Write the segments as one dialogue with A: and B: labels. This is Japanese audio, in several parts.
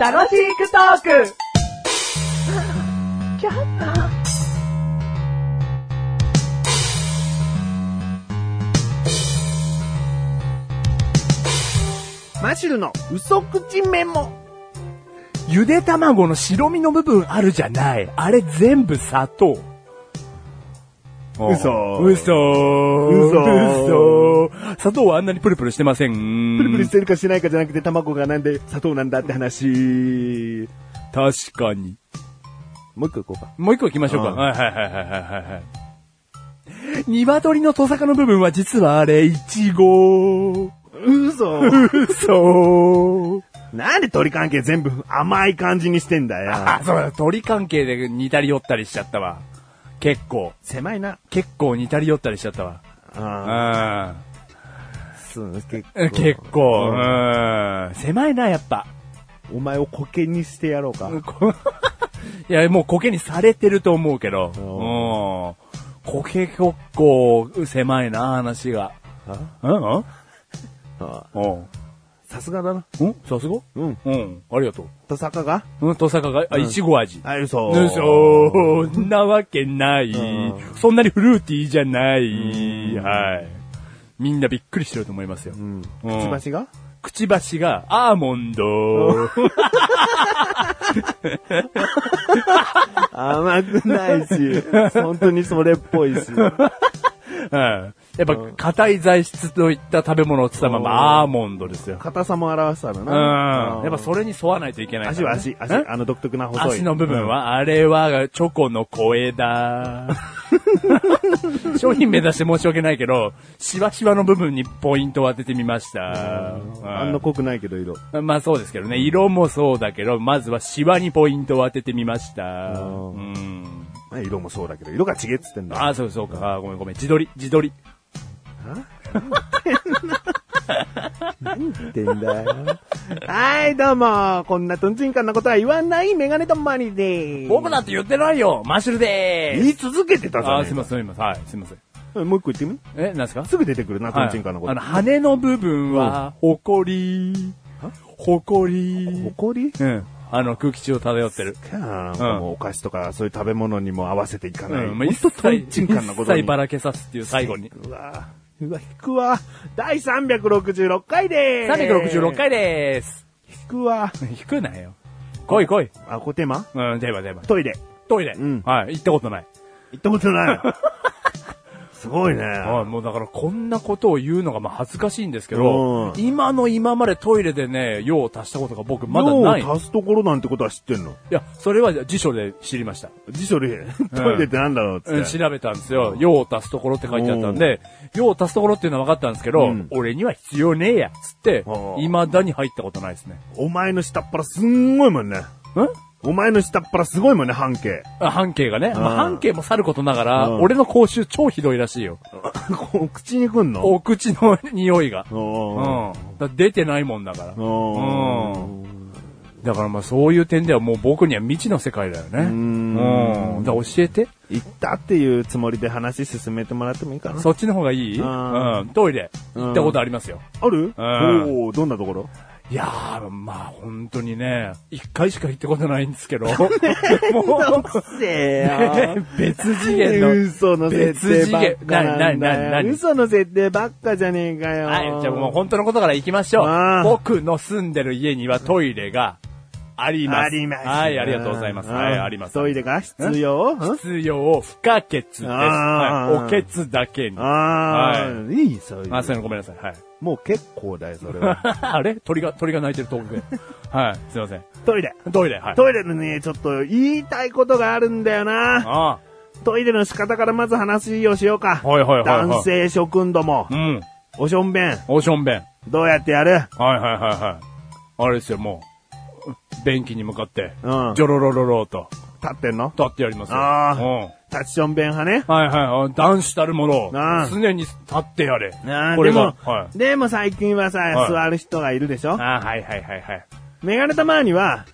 A: 楽しくトーク
B: マシルの嘘口メモ。ゆで卵の白身の部分あるじゃない。あれ全部砂糖。
C: 嘘
B: 嘘
C: 嘘
B: 嘘砂糖はあんなにプルプルしてません。
C: プルプルしてるかしてないかじゃなくて卵がなんで砂糖なんだって話。
B: 確かに。
C: もう一個いこうか。
B: もう一個行きましょうか。
C: うん
B: はいはいはいはいはいはい。鶏のトサカの部分は実はあれ、イチゴ。
C: 嘘
B: 嘘
C: なんで鳥関係全部甘い感じにしてんだ
B: あ、
C: よ。
B: そうだ、鳥関係で似たり寄ったりしちゃったわ。結構、
C: 狭いな。
B: 結構似たり寄ったりしちゃったわ。
C: あ
B: うん。
C: あ、そう結
B: うん結構、うん。狭いな、やっぱ。
C: お前を苔にしてやろうか。
B: こいや、もう苔にされてると思うけど。うん。苔結構狭いな、話が。
C: あ
B: うんうん
C: あ
B: うん。
C: さすがだな。
B: うんさすが
C: うん。
B: うん。ありがと
C: と坂が
B: う。うん、とさかが、あ、いちご味。
C: あ、嘘。
B: うそんなわけない、
C: うん
B: そんなにフルーティーじゃない、
C: ん
B: はい。みんなびっくりしてると思いますよ。
C: うん。く
B: うん
C: ちばしが
B: くちばしがアーモンド。
C: 甘くないし、本当にそれっぽいし。
B: うんやっぱ硬い材質といった食べ物をつったままアーモンドですよ。
C: 硬さも表したの
B: う
C: な。
B: ん。やっぱ
C: れ。
B: それに沿わないといけないから
C: 足
B: ね、
C: は足、足、
B: ん
C: あの独特な細い。
B: 足の部分は、あれはチョコの小 枝。商品目指して申し訳ないけど、シワシワの部分にポイントを当ててみました。
C: うん。あんな濃くないけど、色。
B: まあそうですけどね、色もそうだけど、まずはシワにポイントを当ててみました。
C: う
B: うん。
C: まあ色もそうだけど、色が違えっつってんだ。
B: あ、そうそうか。あごめんごめん。自撮り、自撮り。
C: 言ってんだよ。 はい、どうも。こんなトンチンカンなことは言わないメガネとマニーでーす。
B: 僕なんて言ってないよマッシュルでーす
C: 言い続けてたじゃ
B: あ
C: ん。
B: ー、すいません、すいません。はい、すいません。
C: せん。もう一個言ってみ
B: え、なんですか
C: すぐ出てくるな、トンチンカンのこ
B: はいあの、
C: と。
B: 羽の部分は、ほこり。ほこり。
C: 誇り
B: うん。あの、空気中を漂ってる。
C: なんかもうお菓子とかそういう食べ物にも合わせていか
B: う
C: ない。
B: ん。
C: ほ
B: まあ、一
C: んとトンチ
B: 切、
C: ンカンな
B: 一
C: ことに
B: 切ばらけさすっていう最後に。
C: うわうわ、引くわ。第366回でーす。
B: 366。回でーす。
C: 引くわ。
B: 引くなよ。来い来い。
C: あ、これテーマ
B: うん、出れば出れば。
C: トイレ。
B: トイレ。
C: うん
B: はい、行ったことない。
C: 行ったこと ない。すごいね。
B: はい、もうだからこんなことを言うのがまあ恥ずかしいんですけ
C: うん
B: ど、今の今までトイレでね、用を足したことが僕まだない。い
C: 用を足すところなんてことは知ってんの
B: や、それは辞書で知りました。
C: 辞書 で、トイレってなんだろうっつ
B: うん、
C: って。
B: 調べたんですよ。用を足すところって書いてあったんで、用を足すところっていうのは分かったんですけど、
C: うん
B: 俺には必要ねえや、つって
C: あ、あ
B: 未だに入ったことないですね。
C: お前の下っ腹すんごいもんね。
B: ん
C: お前の下っ腹すごいもんね、半径。
B: あ半径がね。まあ半径もさることながら、
C: うん
B: 俺の口臭超ひどいらしいよ。
C: こう口にくんの
B: お口の匂いが。うん。
C: お
B: だ出てないもんだから
C: ー。おー
B: だからまあそういう点ではもう僕には未知の世界だよね。うんん。だから教えて。
C: 行ったっていうつもりで話進めてもらってもいいかな
B: そっちの方がいい
C: うん
B: うん。トイレ行ったことありますよ。
C: ある
B: うん
C: おーどんなところ
B: いやー、まあ本当にね、一回しか行ったことないんです けど。もう、
C: せ
B: 別次元の。
C: 嘘の設定ばっかなん
B: 別次元な
C: だ
B: になに
C: よ
B: なに
C: 嘘の設定ばっかじゃねえかよ。
B: はい、じゃあもう本当のことから行きましょ
C: あ
B: う
C: ー。
B: 僕の住んでる家にはトイレがあります。
C: あります。
B: はい、ありがとうございます。
C: うん
B: はい、あります。
C: トイレが必要うん
B: 必要不可欠です。
C: あー
B: はい、おけつだけに。
C: ああ、いい、そういうの
B: あ、そういうのごめんなさい。 はい。
C: もう結構だよ、それは。
B: あれ鳥が、鳥が鳴いてる遠くで。はい、すいません。
C: トイレ。
B: トイレ、はい。
C: トイレのね、ちょっと言いたいことがあるんだよな。
B: あ
C: トイレの仕方からまず話をしようか
B: あ、。はいはいはい、はい。
C: 男。性諸君ども
B: う、ん。
C: おしょんべん、
B: おしょんべん。
C: どうやってやる
B: はいはいはいはい。あれですよ、もう、便器に向かって、
C: うん
B: ジョロロロロと、
C: 立ってんの
B: 立ってやりますよ。
C: あー
B: うん。
C: 立ちしょんべん派ね。
B: はいはい、男子たるものを
C: あー、
B: 常に立ってやれ
C: あー。
B: これが、
C: でも、
B: はい。
C: でも最近はさ、
B: はい
C: 座る人がいるでしょ
B: あーはいはいはいはい。
C: メガネたまには、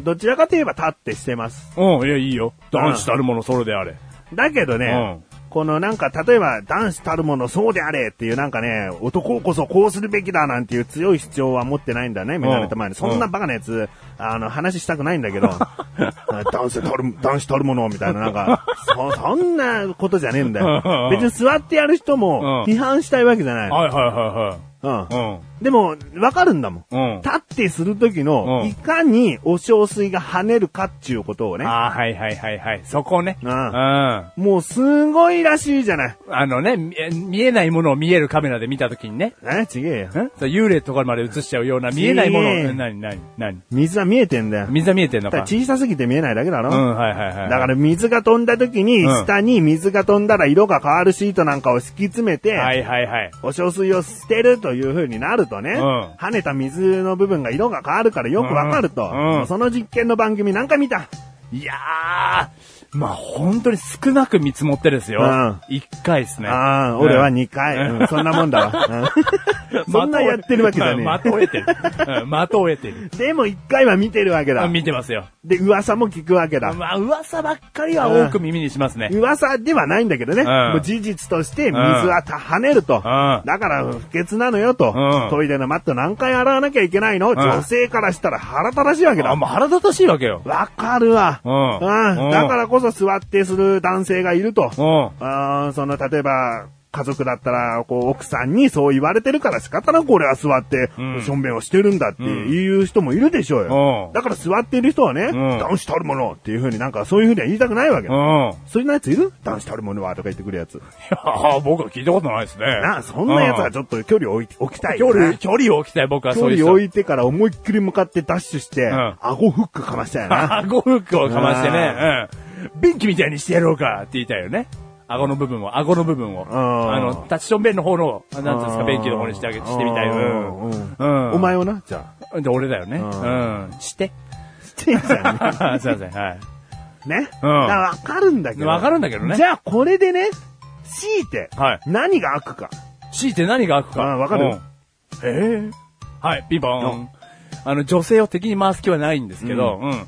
C: どちらかといえば立ってしてます。
B: うん、いや、いいよ。男子たるもの、それであれ。
C: だけどね、
B: う
C: このなんか、例えば、男子たるものそうであれっていうなんかね、男こそこうするべきだなんていう強い主張は持ってないんだね、メガネたまに。そんなバカなやつ、あの、話したくないんだけ ど、男子たる、男子たるものみたいな、なん か、そ、そんなことじゃねえんだよ。別に座ってやる人も、
B: うん
C: 批判したいわけじゃない。
B: はいは
C: うん
B: いはいはい。
C: でも、わかるんだもん。
B: うん。うん。
C: 立ってする時の
B: う、ん
C: いかにお小水が跳ねるかっていうことをね。
B: ああ、はいはいはいはい。そこね。
C: う
B: うんん。あ
C: もうすごいらしいじゃない。
B: のね、み見えないものを見えるカメラで見たときにね。
C: えちげえよ。
B: んそう幽霊とかまで映しちゃうような見えないもの
C: ええ
B: を。なになになに
C: 水は見えてんだよ。
B: 水は見えてん
C: だ
B: の
C: から
B: か。
C: 小さすぎて見えないだけだろ。
B: うん、はいはいはい。
C: だから水が飛んだ時に、
B: うん
C: 下に水が飛んだら色が変わるシートなんかを敷き詰めて、
B: はいはいはい。
C: お小水を捨てるという風になるとね、
B: ん
C: 跳ねた水の部分が色が変わるからよくわかると、
B: うんうん
C: その実験の番組何回見た
B: いやー、まあ本当に少なく見積もってですよ。
C: うん
B: 一回ですね。
C: ああ、俺は2回、うんそんなもんだわ。 うんそんなやってるわけじゃねえ。
B: まとえてる。うんまとえてる。
C: でも1回は見てるわけ
B: あ
C: だ。
B: 見てますよ。
C: で、噂も聞くわけだ。
B: まあ噂ばっかりは多く耳にしますね。
C: 噂ではないんだけどね。
B: ん
C: もう事実として水はた跳ねると。
B: ん
C: だから不潔なのよと、
B: うん
C: トイレのマット何回洗わなきゃいけないの、女性からしたら腹立たしいわけだ。
B: あ、
C: わ、
B: もう腹立たしいわけよ。
C: かるわ、
B: うんうん
C: だからこそ座ってする男性がいると。
B: うん。
C: あーその、例えば、家族だったら、こう、奥さんにそう言われてるから仕方なく俺は座って、
B: うん
C: しょんべんをしてるんだっていう人もいるでしょうよ。
B: うん
C: だから座っている人はね、
B: ん
C: 男子たるものっていうふうになんかそういうふうには言いたくないわけ。
B: うん。い
C: そんなやついる男子たるものはとか言ってくるやつ。
B: やー僕は聞いたことないですね。
C: なあ、そんなやつはちょっと距離を置いて置きたい
B: 距
C: よな、
B: 離、距離を置きたい僕はそ
C: 距
B: ういう人。
C: 離置いてから思いっきり向かってダッシュして、
B: ん
C: 顎フックかましたよな。
B: 顎フックをかましてね、うん。便器みたいにしてやろうかって言いたいよね。顎の部分を、顎の部分を。
C: ん
B: あの、タッチションベンの方の、 なんていうんです
C: う
B: か、
C: ん
B: 便器の方にしてあげて、してみたい。うん。
C: うん
B: うん。
C: お前をな、じゃあ。
B: で、俺だよね。
C: ん
B: うん。 して。
C: してんじゃん。
B: すいません、は
C: ね。
B: い。うん
C: だからわかるんだけど。
B: わかるんだけどね
C: じゃあこれでね、強いて、
B: はい
C: 何が悪か。
B: 強いて何が開くか。
C: あわかる
B: うんええはい、ピンポ
C: う
B: ン。あの、女性を敵に回す気はないんですけど、うん。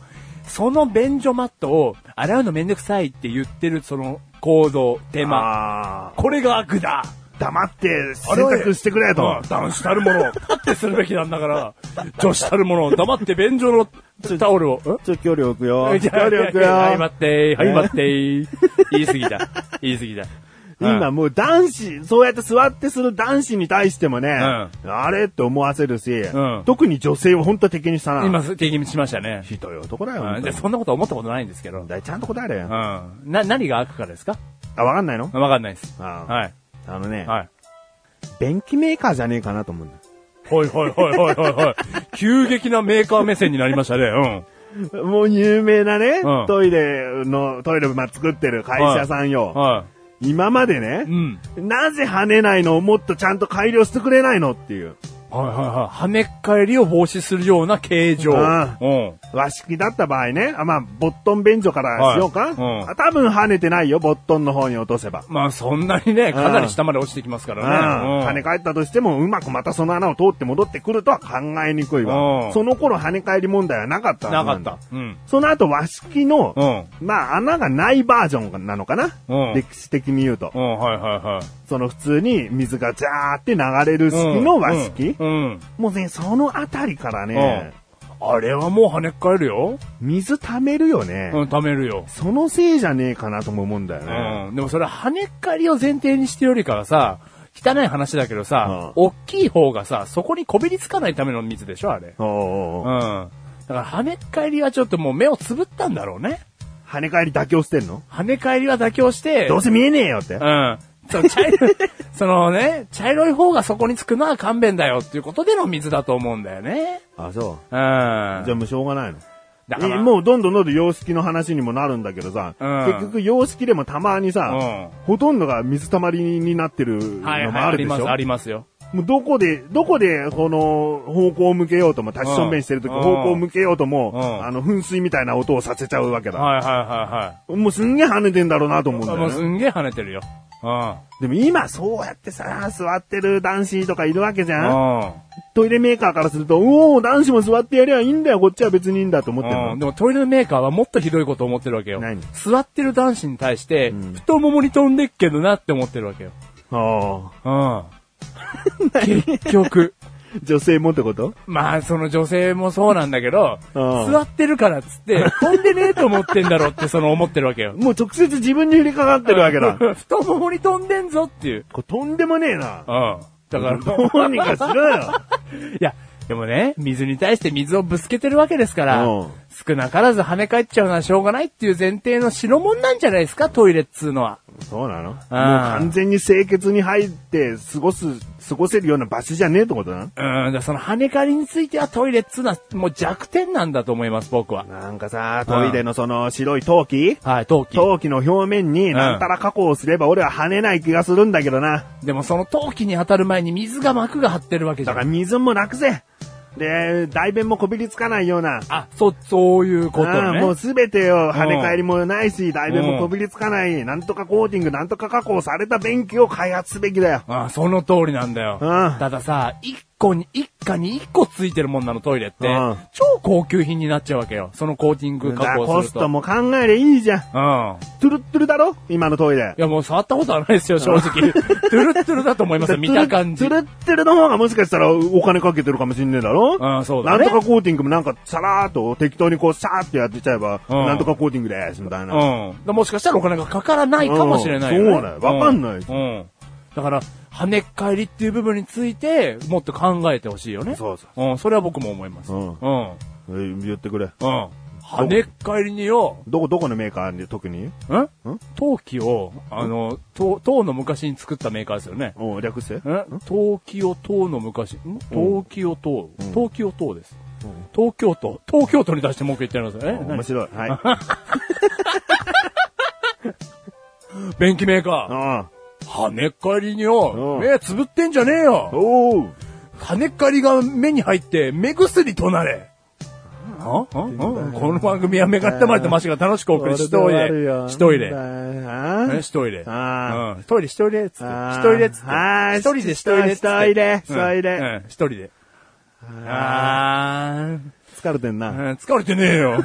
B: その便所マットを洗うのめんどくさいって言ってるその行動、手間。
C: まあ、
B: これが悪だ
C: 黙って洗濯してくれと。
B: うん男子たるもの、立ってするべきなんだから、女子たるもの、黙って便所のタオルを、ん
C: ちょっと距離置くよ
B: い
C: 距
B: やい
C: 離
B: や
C: 置く
B: いやはい、
C: よ
B: 待。ってー、はい、待ってー。言い過ぎだ。言い過ぎだ。うん
C: 今もう男子、そうやって座ってする男子に対してもね、
B: う
C: あれって思わせるし、
B: うん
C: 特に女性を本当敵にしたな。
B: 今、敵にしましたね。
C: ひどい男だよ。
B: う
C: 本
B: ん
C: 当
B: で
C: に
B: そんなこと思ったことないんですけど。うん。
C: だいちゃんと答えれよ。
B: な、何が悪かですか
C: あ、わかんないの
B: わかんないです。
C: あ
B: はい。
C: あのね、
B: はい。
C: 便器メーカーじゃねえかなと思うんだ。
B: ほいほいほいほいほいほい。急激なメーカー目線になりましたね。うん。
C: もう有名なね、
B: うん
C: トイレの、トイレまあ作ってる会社さんよ。
B: は
C: 今まで
B: い。う
C: ね、
B: ん。
C: なぜ跳ねないのをもっとちゃんと改良してくれないのっていう。
B: はいはいはい。跳ね返りを防止するような形状。
C: あ
B: うん。
C: 和式だった場合ね、あまあ、ボットン便所からしようか、
B: はいうん
C: あ多分跳ねてないよ、ボットンの方に落とせば。
B: まあそんなにね、かなり下まで落ちてきますか
C: う
B: らね。
C: ん。跳ね返ったとしても、うまくまたその穴を通って戻ってくるとは考えにくいわ。
B: うん
C: その頃跳ね返り問題はなかったは
B: な
C: ず
B: か
C: んだ
B: った。。うん。
C: その後和式の、
B: うん。
C: まあ穴がないバージョンなのかな、
B: うん
C: 歴史的に言うと
B: う。ん、はいはいはい。
C: その普通に水がジャーって流れる式の和式、
B: うん。うん
C: もうね、そのあたりからね、
B: あれはもう跳ね返るよ。
C: 水溜めるよね、
B: うん、溜めるよ。
C: そのせいじゃねえかなとも思うんだよね。
B: うん。でもそれ跳ね返りを前提にしてよりかはさ、汚い話だけどさ、
C: う
B: 大きい方がさ、そこにこびりつかないための水でしょ、あれ。
C: おうおうおう
B: うん。だから跳ね返りはちょっともう目をつぶったんだろうね。
C: 跳ね返り妥協してんの
B: 跳ね返りは妥協して、
C: どうせ見えねえよって
B: う。ん。その茶色 いそのね、茶色い方がそこにつくのは勘弁だよっていうことでの水だと思うんだよね。
C: あ、そ
B: うん。
C: う。じゃあもうしょうがないの。
B: だか
C: え
B: ら、
C: もうどんどんどんどん洋式の話にもなるんだけどさ、
B: うん
C: 結局洋式でもたまにさ、
B: う
C: ほとんどが水溜まりになってるのも
B: はいはい、
C: あ
B: あ
C: るで
B: り
C: しょ、
B: ます、ありますよ。
C: もうどこで、どこで、この、方向を向けようとも、立ち正面してるとき、
B: うん
C: 方向を向けようと
B: う
C: も、
B: ん
C: あの、噴水みたいな音をさせちゃうわけだ。
B: はいはいはいはい。
C: もうすんげえ跳ねてんだろうなと思うんだ
B: も
C: よ
B: う
C: ね。
B: すんげえ跳ねてるよ。うん。
C: でも今、そうやってさ、座ってる男子とかいるわけじゃん
B: う
C: トイレメーカーからすると、おお、男子も座ってやりゃいいんだよ、こっちは別にいいんだと思ってるの。
B: うん、でもトイレメーカーはもっとひどいことを思ってるわけよ
C: 何。
B: 座ってる男子に対して、太ももに飛んでっけどなって思ってるわけよ。
C: あ
B: うん。結局。
C: あ。女性もってこと
B: まあ、その女性もそうなんだけど、
C: うん
B: 座ってるからっつ って、飛んでねえと思ってんだろうってその思ってるわけよ。
C: もう直接自分に降りかかってるわけだ。
B: 太ももに飛んでんぞっていう。
C: これとんでもねえな。
B: うん。だから、
C: どうにかしろよ。
B: いや、でもね、水に対して水をぶつけてるわけですから
C: うん、
B: 少なからず跳ね返っちゃうのはしょうがないっていう前提の代物なんじゃないですか、トイレっつうのは。
C: そうなのもう完全に清潔に入って過ごす、過ごせるような場所じゃねえってことな。
B: うん、だからその跳ね返りについてはトイレっつうのはもう弱点なんだと思います、僕は。
C: なんかさ、トイレのその白い陶器
B: はい、陶器。
C: 陶器の表面になんたら加工をすれば俺は跳ねない気がするんだけどな。
B: でもその陶器に当たる前に水が膜が張ってるわけじ
C: だ
B: ゃ
C: から
B: ん。
C: 水もなくせ。で、大便もこびりつかないような。
B: あ、そう、そういうこと
C: ああ
B: ね。
C: もうすべてを跳ね返りもないし、大便もこびりつかない、なんとかコーティング、なんとか加工された便器を開発すべきだよ。
B: あその通りなんだよ。
C: うん
B: たださ、一個に、一家に一個ついてるもんなのトイレって、
C: うん
B: 超高級品になっちゃうわけよ。そのコーティング
C: だか
B: 加
C: ら
B: 工
C: コ
B: す
C: ス
B: ると。
C: トも考えりゃいいじゃん。
B: うん。
C: トゥルットゥルだろ今のトイレ
B: い。やもう触ったことはないですよ、正直。トゥルットゥルだと思いますよ、見た感じ
C: トゥ。ルットゥルの方がもしかしたらお金かけてるかもしんねえだろ
B: うんそうだ
C: な
B: ね
C: んとかコーティングもなんかさらーっと適当にこうさーってやってちゃえば、
B: うん
C: なんとかコーティングです、みたいな。
B: うん。もしかしたらお金がかからないかもしれないよ、ね。
C: うんそうだよわかんない
B: うん。うんだから、跳ねっ返りっていう部分について、もっと考えてほしいよね。。
C: そうそう
B: うん、それは僕も思います。
C: うん
B: うん。うん。
C: えー言ってくれ。
B: 跳ねっ返りによ、
C: どこ、どこのメーカーで特に
B: ん陶器を、あの、陶、陶の昔に作ったメーカーですよね。
C: お略して。
B: ん陶器を陶の昔、ん陶器を陶、陶器を陶です。東京都、東京都に出して文句言ってるんですよね。何
C: 面白い。はい。
B: 便器メー カ
C: ああ。
B: ー。跳ねっ返りに
C: う
B: よ、
C: ん
B: 目つぶってんじゃねえよ。
C: おう
B: 跳ねっ返りが目に入って、目薬となれ。あああこの番組は目がったまれてましが楽しくお送りしといれ。しといれ。
C: あ
B: ね、しといれ。
C: あ
B: うん。トイレしといれっつって。
C: あー
B: しといれっつって。
C: あー
B: 一人でしといれっつって。
C: しといれ
B: うん
C: しといれ
B: うん、一人で。あー。
C: 疲れてんな。
B: うん疲れてねえよ。